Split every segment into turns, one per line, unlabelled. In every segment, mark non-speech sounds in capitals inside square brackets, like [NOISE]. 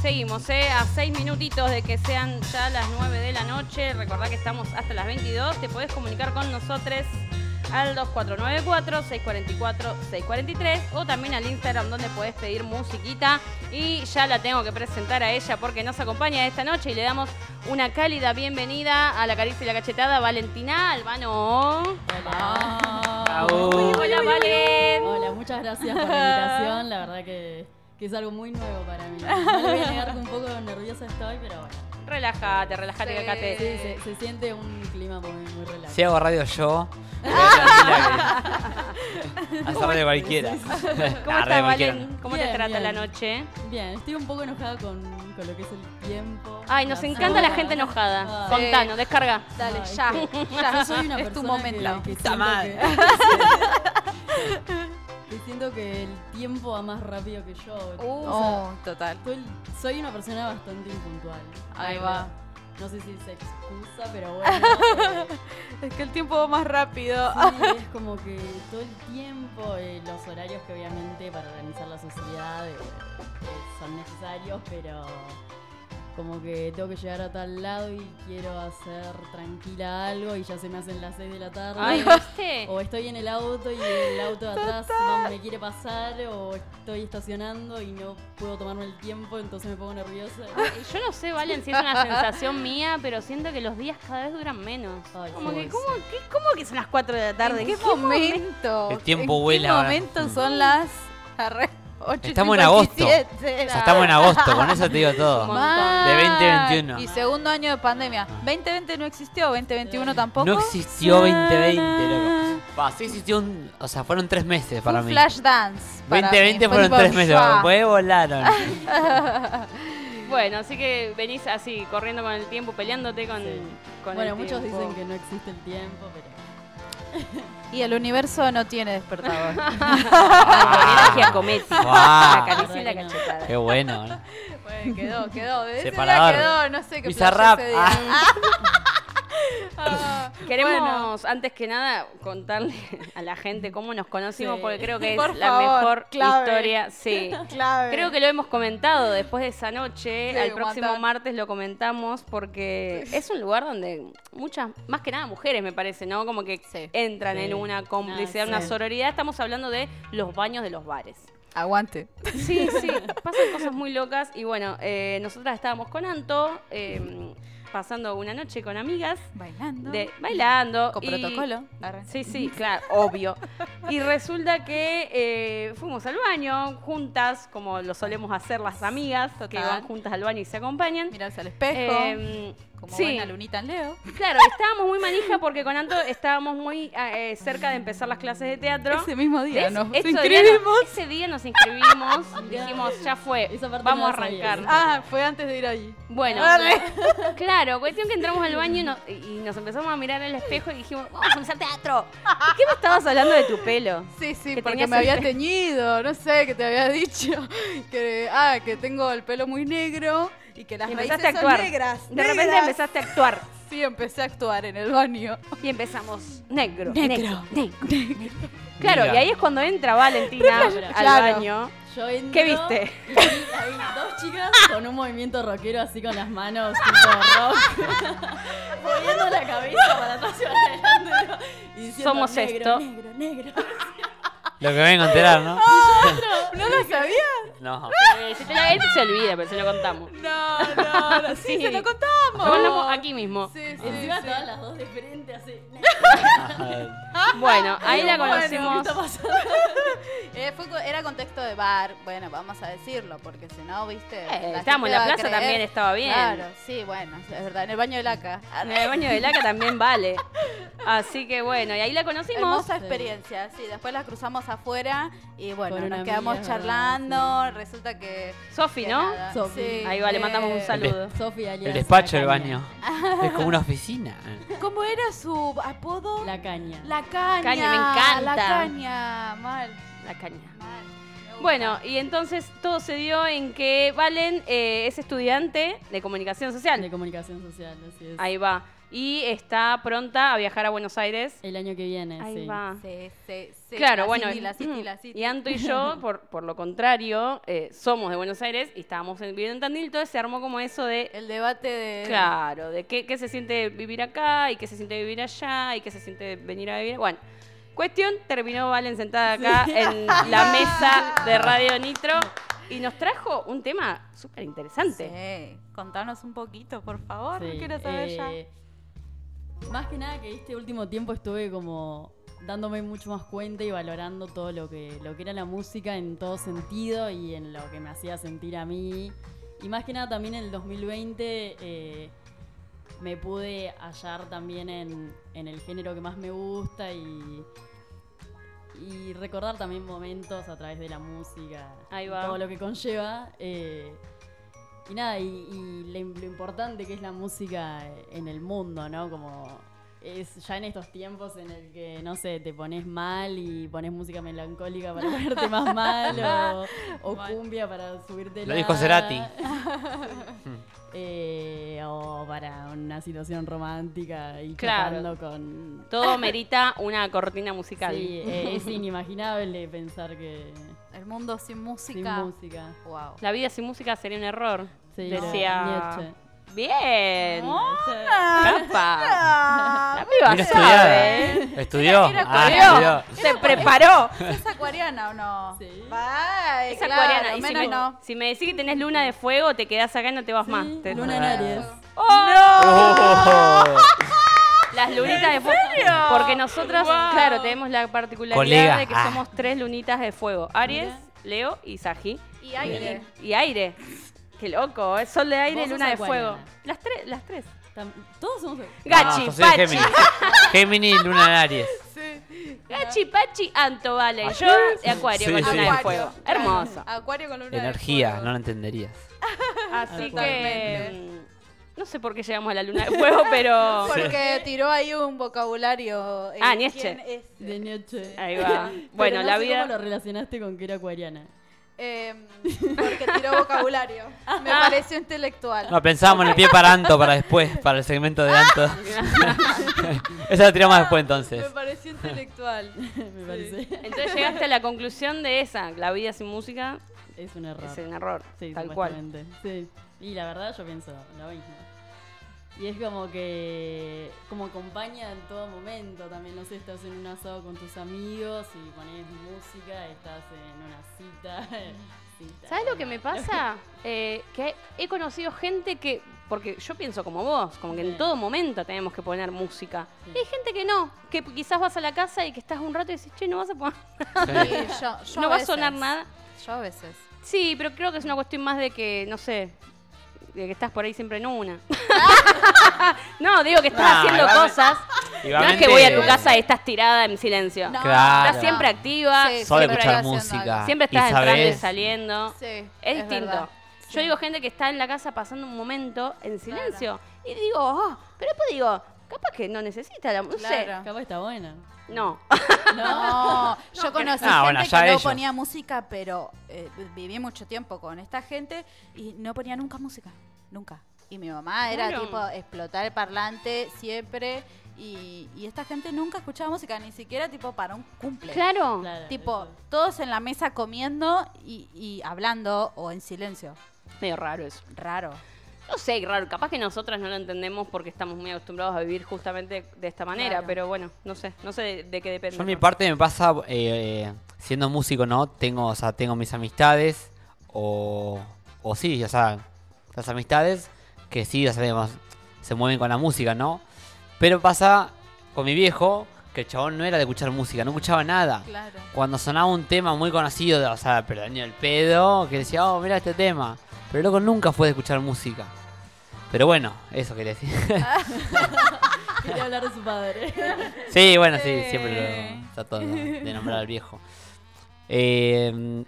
seguimos, ¿eh? a seis minutitos de que sean ya las 9 de la noche. Recordá que estamos hasta las 22. Te podés comunicar con nosotros al 2494-644-643 o también al Instagram donde podés pedir musiquita. Y ya la tengo que presentar a ella porque nos acompaña esta noche y le damos una cálida bienvenida a la caricia y la cachetada Valentina Albano.
Hola.
Uy, hola, Valen.
Hola, muchas gracias por la invitación. La verdad que, que es algo muy nuevo para mí. No le voy a negar que un poco nerviosa estoy, pero bueno.
Relájate, relájate, que acá
Eh.
te-
Sí, se, se siente un clima muy, muy relajado.
Si hago radio
[LAUGHS]
yo, voy a tranquila que- hacer radio cualquiera.
¿Cómo
Ah, radio
estás,
cualquiera.
Valen? ¿Cómo te
Bien,
trata
bien.
la noche?
Bien, estoy un poco enojada con, con lo que es el tiempo.
Ay, nos
las
encanta la
horas.
gente enojada.
Ah.
Contanos, descarga.
Dale,
Ay,
ya, ya.
Yo soy una
[LAUGHS] es
persona
tu momento.
que, que
Puta
siento
madre.
[LAUGHS]
que- que siento que el tiempo va más rápido que yo. O
Uh,
sea,
oh, total.
soy, soy una persona bastante impuntual.
Ahí
La
va.
verdad. No sé si se excusa, pero bueno. eh,
Es que el tiempo va más rápido.
sí, es como que todo el tiempo, eh, los horarios que obviamente para organizar la sociedad eh, eh, son necesarios, pero como que tengo que llegar a tal lado y quiero hacer tranquila algo y ya se me hacen las 6 de la tarde.
Ay, ¿viste?
O estoy en el auto y el auto de atrás no me quiere pasar, o estoy estacionando y no puedo tomarme el tiempo, entonces me pongo nerviosa.
Yo no sé, Valen, si es una sensación mía, pero siento que los días cada vez duran menos.
Ay,
Como
sí,
que,
sí.
¿cómo, qué, cómo que son las 4 de la tarde?
¿En qué momento?
El tiempo
¿En
vuela
qué
ahora. Mm.
momento son las arre, ocho y
Estamos en agosto.
57?
O sea, estamos en agosto, con eso te digo todo.
Mal.
De 2021.
Y segundo año de pandemia. 2020 no existió, 2021 tampoco.
No existió 2020, loco. Va, sí existió un. O sea, fueron tres meses
Fue
para
un
mí.
flash dance. para mí.
2020
Fue
fueron
tipo,
tres meses.
¡fua!
Después
[LAUGHS]
volaron.
Bueno, así que venís así, corriendo con el tiempo, peleándote con,
Sí.
con
Bueno,
el
muchos
tiempo.
dicen que no existe el tiempo, pero.
Y el universo no tiene despertador.
Ah, homenaje a Cometi.
Ah.
La caricia y la
Bueno.
cachetada.
Qué bueno, ¿no?
bueno, quedó,
[LAUGHS]
quedó. De ese día
Separador.
quedó, no sé qué
Bizarrap.
flasheó ese día. Ah.
[LAUGHS]
Queremos, antes que nada, contarle a la gente cómo nos conocimos,
Sí.
porque creo que es
Por
la
favor,
mejor
clave.
historia. Sí.
Clave.
Creo que lo hemos comentado después de esa noche.
Sí,
Al próximo
montón.
martes lo comentamos porque es un lugar donde muchas, más que nada mujeres, me parece, ¿no? Como que
Sí.
entran
Sí.
en una complicidad,
Ah,
una
sí.
sororidad. Estamos hablando de los baños de los bares.
Aguante.
Sí, sí, [LAUGHS] pasan cosas muy locas. Y bueno, eh, nosotras estábamos con Anto, eh, pasando una noche con amigas,
Bailando.
de, bailando.
Con
y-
protocolo. Arre.
Sí, sí, claro, obvio. Y resulta que eh, fuimos al baño juntas, como lo solemos hacer las amigas, que
Total.
van juntas al baño y se acompañan.
Mirarse al espejo.
Eh,
como
sí,
buena lunita en Leo.
claro, estábamos muy manija porque con Anto estábamos muy eh, cerca de empezar las clases de teatro.
Ese mismo día
¿Ves?
nos
Ese día nos-
inscribimos.
ese día nos
[LAUGHS]
inscribimos,
Mirá.
dijimos, ya fue,
Esa parte
vamos a
no la sabía,
arrancar.
esa
Ah, fue antes de ir allí.
Bueno,
Arre.
claro, cuestión que entramos al baño y nos, y nos empezamos a mirar al espejo y dijimos, vamos a empezar
[LAUGHS]
teatro. ¿Y qué me estabas hablando de tu pelo?
Sí, sí,
Que
porque
tenías
me
el
había
pe-
teñido, no sé, que te había [LAUGHS] dicho que ah, que tengo el pelo muy negro y que las
Y
raíces
empezaste a actuar.
son negras.
De repente
negras.
empezaste a actuar
Sí, empecé a actuar en el [LAUGHS] baño.
y empezamos negro, negro,
Negro.
negro. negro. Claro, y ahí es cuando entra Valentina
Claro.
al
Claro.
baño.
Yo entro
¿Qué viste?
y hay dos chicas con un movimiento rockero así con las manos tipo rock.
[LAUGHS]
Moviendo la cabeza para atrás y para adelante. Y diciendo,
Somos
negro,
esto".
Negro, negro.
Lo que vengo a enterar, ¿no?
¿No lo sabía? [LAUGHS]
No.
Eh, si te la- él se olvida, pero se lo contamos.
No, no, no. [LAUGHS] Sí,
Sí.
se lo
Lo contamos
contamos.
aquí mismo.
Oh. Sí, sí,
Encima
sí.
todas las dos de frente así.
Bueno, ahí la
Digo, bueno,
conocimos.
¿qué está pasando?
Eh, fue co- era contexto de bar, bueno, vamos a decirlo, porque si no, viste. la gente
Eh, estábamos en la
va a
plaza,
creer.
también estaba bien. Ah,
Claro, sí, bueno, es verdad, en el baño de laca.
En el baño de Laca también vale. Así que bueno, y ahí la conocimos.
Hermosa experiencia, sí. Después la cruzamos afuera y bueno,
Con una
nos quedamos
amiga,
charlando. Resulta que.
Sofi,
que
¿no?
nada,
Sofi.
Ahí va, le mandamos un
Eh,
saludo.
Sofía
El despacho del baño. Es como una oficina.
Eh, ¿Cómo era su apodo?
La caña.
La caña.
Caña, me encanta.
La caña. Mal,
La caña.
mal. me gusta.
Bueno, y entonces todo se dio en que Valen eh, es estudiante de comunicación social.
De comunicación social, así es.
Ahí va. y está pronta a viajar a Buenos Aires.
El año que viene,
Ahí
Eh, sí.
va.
Sí, sí, sí.
Claro,
La
bueno. mm,
City, la
[CLEARS THROAT]
City, la City.
Y Anto y yo, por, por lo contrario, eh, somos de Buenos Aires y estábamos en- viviendo en Tandil, entonces se armó como eso de.
El debate de...
Claro, de qué, qué se siente vivir acá y qué se siente vivir allá y qué se siente venir a vivir. Bueno, cuestión, terminó Valen sentada acá en la
[LAUGHS]
mesa de Radio Nitro y nos trajo un tema súper interesante.
Sí. Contanos un poquito, por favor.
Sí,
Quiero saber ya.
eh, Más que nada que este último tiempo estuve como dándome mucho más cuenta y valorando todo lo que, lo que era la música en todo sentido y en lo que me hacía sentir a mí. Y más que nada también en el 2020 eh, me pude hallar también en, en el género que más me gusta y, y recordar también momentos a través de la música.
Ahí
y
va.
Todo lo que conlleva. eh, y nada, y, y lo, im- lo importante que es la música en el mundo, ¿no? Como es ya en estos tiempos en el que, no sé, te pones mal y pones música melancólica para
[LAUGHS]
ponerte más mal o, o cumbia para subirte
Lo
la-
dijo Cerati.
Eh, o para una situación romántica y
Claro.
chapando con...
Todo merita una cortina musical.
Sí, eh, es inimaginable pensar que
El mundo sin
sin
música.
música.
Wow.
La vida sin música sería un error.
Sí,
Decía.
Nietzsche.
Bien.
Nietzsche.
¡Capa!
Ah,
La piba
Mira,
sabe, ¿eh?
estudiada. Estudió.
Mira,
Ah, estudió.
Se preparó.
¿Es acuariana o no?
Sí.
Bye,
Es
claro,
acuariana. Y si,
menos
me,
no.
si me decís que tenés luna de fuego, te quedás acá y no te vas más. Te-
Luna en Aries.
Oh.
Las lunitas de fuego. Porque nosotras, claro, tenemos la particularidad
Colega,
de que
ah.
somos tres lunitas de fuego. Aries, Leo y Saji.
Y aire.
Y aire. Qué loco, ¿eh? Sol de aire,
Vos sos
luna de
acuariana.
fuego. Las tres, las tres.
Tam- Todos somos...
Gachi,
No, Ah, yo Ah, soy de
Pachi.
Géminis. Géminis, Luna en Aries.
Gachi, Pachi, Anto, vale.
Ah,
Yo de acuario
Sí,
con
sí.
luna de fuego.
claro.
Hermoso.
Acuario con luna de
Energía,
fuego.
no lo entenderías.
Así que.
Totalmente.
mm, No sé por qué llegamos a la luna de [LAUGHS] fuego, pero.
Porque tiró ahí un vocabulario. eh,
Ah, Nietzsche.
¿quién es?
De Nietzsche.
Ahí
[LAUGHS]
va.
Pero
Bueno,
no
la
sé
vida.
¿Cómo lo relacionaste con que era acuariana? [LAUGHS]
Eh, porque tiró vocabulario.
Ah.
Me pareció intelectual.
No, pensábamos en el pie para Anto para después, para el segmento de
[LAUGHS]
Anto. Esa la tiramos después entonces.
Me pareció intelectual.
Me parece.
Entonces llegaste a la conclusión de esa, la vida sin música
Es un error.
es un error,
Sí,
tal cual.
supuestamente. Sí. Y la verdad yo pienso lo mismo. Y es como que como acompaña en todo momento también, no sé, estás en un asado con tus amigos y pones música, estás en una cita. [LAUGHS] cita.
¿Sabes lo que me [LAUGHS] pasa? Eh, que he conocido gente que, porque yo pienso como vos, como que en
Sí.
todo momento tenemos que poner música.
Sí.
Y hay gente que no, que quizás vas a la casa y que estás un rato y dices, che, no vas a poner,
Sí, yo- yo
no va a
veces.
sonar nada.
Yo a veces.
Sí, pero creo que es una cuestión más de que, no sé, de que estás por ahí siempre en
[LAUGHS]
una. no, digo que estás
Nah,
haciendo
Ah, igualmente-
cosas. No es que voy a tu casa y estás tirada en silencio.
No,
Claro.
Estás siempre activa,
Sí,
Solo
siempre,
escuchar
haciendo
música.
algo.
siempre estás
y
entrando y
sabes-
saliendo.
Sí,
es, distinto.
verdad.
Yo digo gente que está en la casa pasando un momento en silencio y digo, "Ah", pero después digo, capaz que no necesita la música.
Claro.
Capaz está buena.
[LAUGHS] No.
No, yo conocí
Ah,
gente
bueno, ya
que
ellos.
no ponía música, pero eh, viví mucho tiempo con esta gente y no ponía nunca música, nunca. Y mi mamá era
Claro.
tipo explotar el parlante siempre y, y esta gente nunca escuchaba música, ni siquiera tipo para un
[LAUGHS]
cumple.
Claro.
Claro,
Tipo,
eso.
todos en la mesa comiendo y, y hablando o en silencio.
Medio raro eso.
Raro.
No sé, raro. Capaz que nosotras no lo entendemos porque estamos muy acostumbrados a vivir justamente de esta manera,
Claro.
pero bueno, no sé, no sé de, de qué depende.
Yo en mi
¿no?
parte me pasa, eh, eh, siendo músico, ¿no? Tengo, o sea, tengo mis amistades, o, o sí, o sea, las amistades que sí, o sea, digamos, se mueven con la música, ¿no? Pero pasa con mi viejo, que el chabón no era de escuchar música, no escuchaba nada.
Claro.
Cuando sonaba un tema muy conocido, de- o sea, pero ni el pedo, que decía, oh, mira este tema. Pero el loco nunca fue de escuchar música. Pero bueno, eso quería decir.
Quería hablar de su padre.
[LAUGHS]
Sí, bueno, sí,
Eh.
siempre lo trato de de nombrar al viejo. Eh,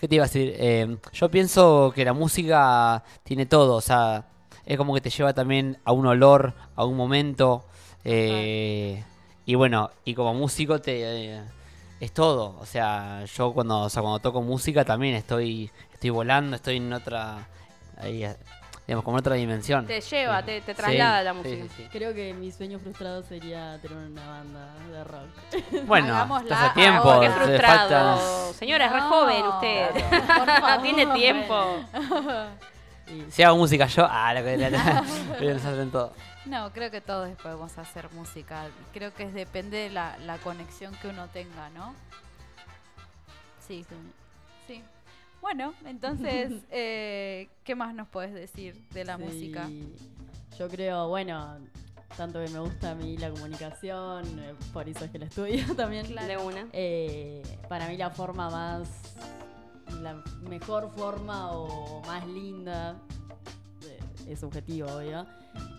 ¿Qué te iba a decir? Eh, yo pienso que la música tiene todo, o sea, es como que te lleva también a un olor, a un momento. eh, y bueno, y como músico te eh, es todo. O sea, yo cuando, o sea, cuando toco música también estoy, estoy volando, estoy en otra. ahí, eh, digamos, como en otra dimensión.
Te lleva, te, te
Sí,
traslada la
sí,
música.
sí, sí.
Creo que mi sueño frustrado sería tener una banda de rock.
Bueno,
Hagámosla
estás a tiempo.
Ah,
ahora.
Oh, Qué
te
frustrado.
falta-
Señora, es re
No,
joven usted. [LAUGHS]
por [LAUGHS] favor.
Tiene tiempo.
Y
Si hago música yo, ah, la que la- la- [LAUGHS] pero nos hacen todo.
No, creo que todos podemos hacer música. Creo que es- depende de la, la conexión que uno tenga, ¿no? Sí, sí. Bueno,
[LAUGHS]
entonces, eh, ¿qué más nos puedes decir de la
Sí,
música?
Yo creo, bueno, tanto que me gusta a mí la comunicación, eh, por eso es que la estudio [LAUGHS] también.
De una.
Eh, para mí la forma más, la mejor forma o más linda, eh, es subjetivo, obvio,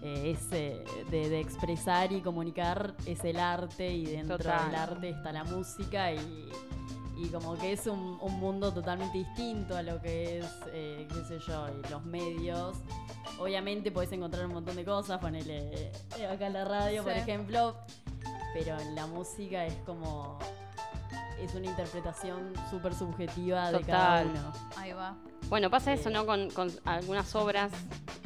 eh, es, eh, de, de expresar y comunicar es el arte y dentro
Total.
del arte está la música y, y como que es un, un mundo totalmente distinto a lo que es, eh, qué sé yo, y los medios. Obviamente podés encontrar un montón de cosas, ponele eh, acá en la radio, por
Sí.
ejemplo, pero en la música es como... Es una interpretación súper subjetiva de cada
Total.
uno.
Ahí va.
Bueno, pasa eso, ¿no? Con, con algunas obras,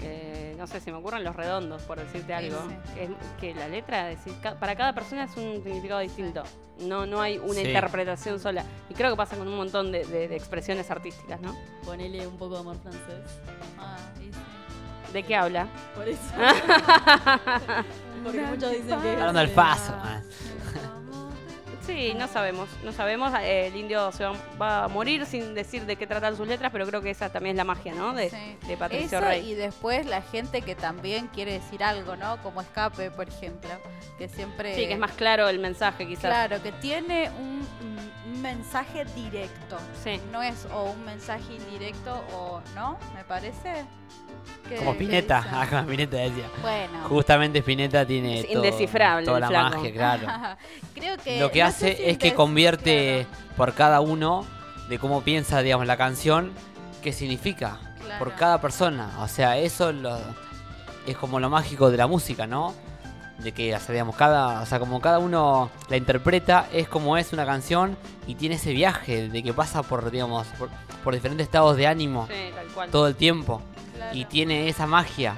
eh, no sé, se me ocurren los redondos, por decirte algo.
sí.
Es que la letra, decir, ca- para cada persona es un significado distinto. No, no hay una
Sí.
interpretación sola. Y creo que pasa con un montón de, de- de expresiones artísticas, ¿no?
Ponele un poco de amor francés.
Ah, y sí.
¿De qué habla?
Por eso. Porque muchos dicen que.
Hablando al paso. ah.
Sí, no sabemos, no sabemos. Eh, el indio se va, va a morir sin decir de qué tratan sus letras, pero creo que esa también es la magia, ¿no? De,
Sí.
de Patricio
Eso
Rey.
y después la gente que también quiere decir algo, ¿no? Como escape, por ejemplo, que siempre...
Sí, que es más claro el mensaje, quizás.
Claro, que tiene un, un mensaje directo.
Sí.
No es o un mensaje indirecto o no, me parece. que-
Como
que
Spinetta. [LAUGHS]
dicen.
Ah, como Spinetta decía.
Bueno,
Justamente Spinetta tiene.
Es
todo-
indescifrable
Toda
el
la
flaco.
magia, claro.
[LAUGHS] creo que.
Lo que
no sé
hace
si
es que
indes-
convierte por cada uno de cómo piensa, digamos, la canción, qué significa
Claro.
por cada persona. O sea, eso lo- es como lo mágico de la música, ¿no? De que, o sea, digamos, cada, o sea, como cada uno la interpreta, es como es una canción y tiene ese viaje de que pasa por, digamos, por, por diferentes estados de ánimo
Sí, tal cual.
todo el tiempo
claro.
y tiene esa magia.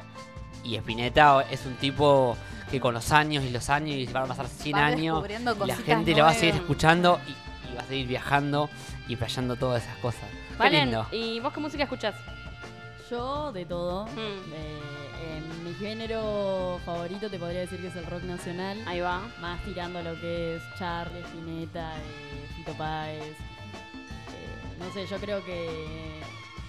Y Spinetta es un tipo que con los años y los años y van a pasar 100
Va
años
descubriendo
y la
cositas
gente la va a seguir
nuevas.
escuchando y, y va a seguir viajando y playando todas esas cosas. Qué
Valen,
lindo.
¿y vos qué música escuchás?
Yo, de todo.
Mm.
eh, en mi género favorito te podría decir que es el rock nacional.
Ahí va.
Más tirando a lo que es Charlie, Spinetta, eh, Fito Páez. Eh, no sé, yo creo que.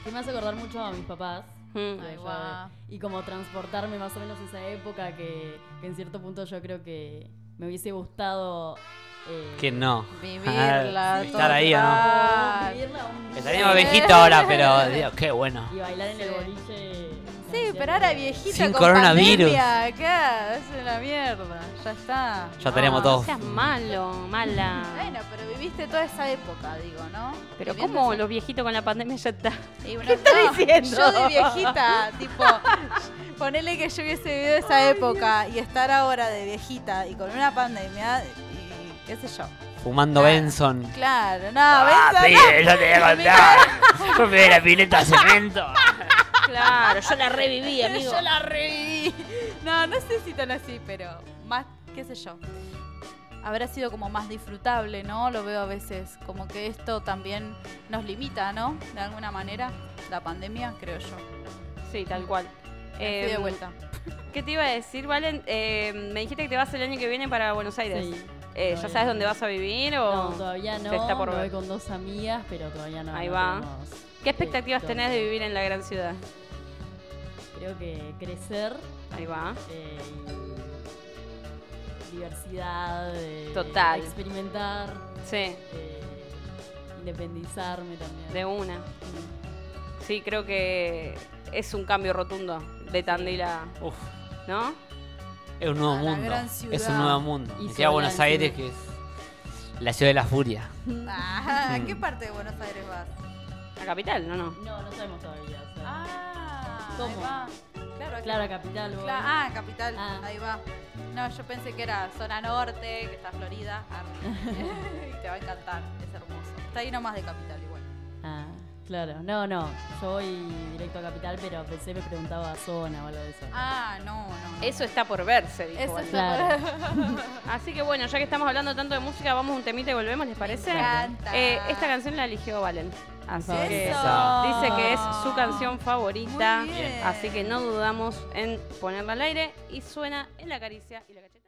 que me hace acordar mucho a mis papás.
Mm.
Ahí
Yo-
va.
Y como transportarme más o menos a esa época que, que en cierto punto yo creo que me hubiese gustado. eh,
Que no.
Vivirla,
Ah, estar ahí, ¿o no?
tocar.
vivirla un día.
Estaría más
Eh.
viejito ahora, pero Dios, qué bueno.
Y bailar en el
Sí.
boliche.
Sí,
canciones
pero ahora
de- [LAUGHS]
viejita
Sin
con
coronavirus.
pandemia acá, es una mierda, ya está.
Ya estaríamos
Ah,
todos.
seas malo, mala.
Bueno, pero viviste toda esa época, digo, ¿no?
Pero
Viviendo
¿cómo
esa-
los viejitos con la pandemia ya
[LAUGHS]
está?
Y bueno,
está
no,
diciendo?
Yo de viejita, tipo, ponele que yo hubiese vivido esa época y estar ahora de viejita y con una pandemia y qué sé yo.
Fumando
Claro.
Benson.
Claro, no,
Ah,
¿ves?
sí, yo te voy a contar. Yo me la pileta de
[LAUGHS]
cemento.
Claro, yo la reviví, amigo.
Yo la reviví. No, no sé si tan así, pero más, qué sé yo. Habrá sido como más disfrutable, ¿no? Lo veo a veces. Como que esto también nos limita, ¿no? De alguna manera. La pandemia, creo yo.
Sí, tal cual.
Estoy
Eh,
de vuelta.
¿Qué te iba a decir, Valen? Eh, me dijiste que te vas el año que viene para Buenos Aires.
Sí.
Eh, ¿Ya
Todavía
sabes
no.
dónde vas a vivir o
No, todavía no.
Oh, se está por
me voy
ver?
con dos amigas, pero todavía no.
Ahí
no
va.
tenemos,
¿Qué expectativas
eh,
tenés de vivir en la gran ciudad?
Creo que crecer,
Ahí va.
eh, y diversidad, eh,
Total.
experimentar,
Sí,
eh, independizarme también.
de una. Sí, creo que es un cambio rotundo de Tandila,
Uf,
¿no?
es un nuevo
A la
mundo.
gran
Es
ciudad.
un nuevo mundo.
Y
Decía Buenos
sola,
Aires
sí.
que es la ciudad de la furia.
Ah, ¿A qué
Mm.
parte de Buenos Aires vas?
La capital, ¿no? no?
No, no sabemos todavía. o sea,
Ah,
¿Cómo?
ahí va. Claro, aquí-
Claro, capital. voy.
Cla- ah, capital,
Ah.
ahí va. No, yo pensé que era zona norte, que está
[LAUGHS]
Florida. ah, Te va a encantar, es hermoso. Está ahí nomás de capital igual.
Ah. Claro, no, no. Yo voy directo a Capital, pero pensé me preguntaba zona o algo de eso.
Ah, no, no.
Eso está por verse, dijo.
Eso
Valen.
es
Claro.
Así que bueno, ya que estamos hablando tanto de música, vamos a un temita y volvemos, ¿les parece?
encanta.
Eh, esta canción la eligió Valen. Así
Eso.
que
Eso.
dice que es su canción favorita.
Muy bien.
Así que no dudamos en ponerla al aire y suena en la caricia y la cacheta.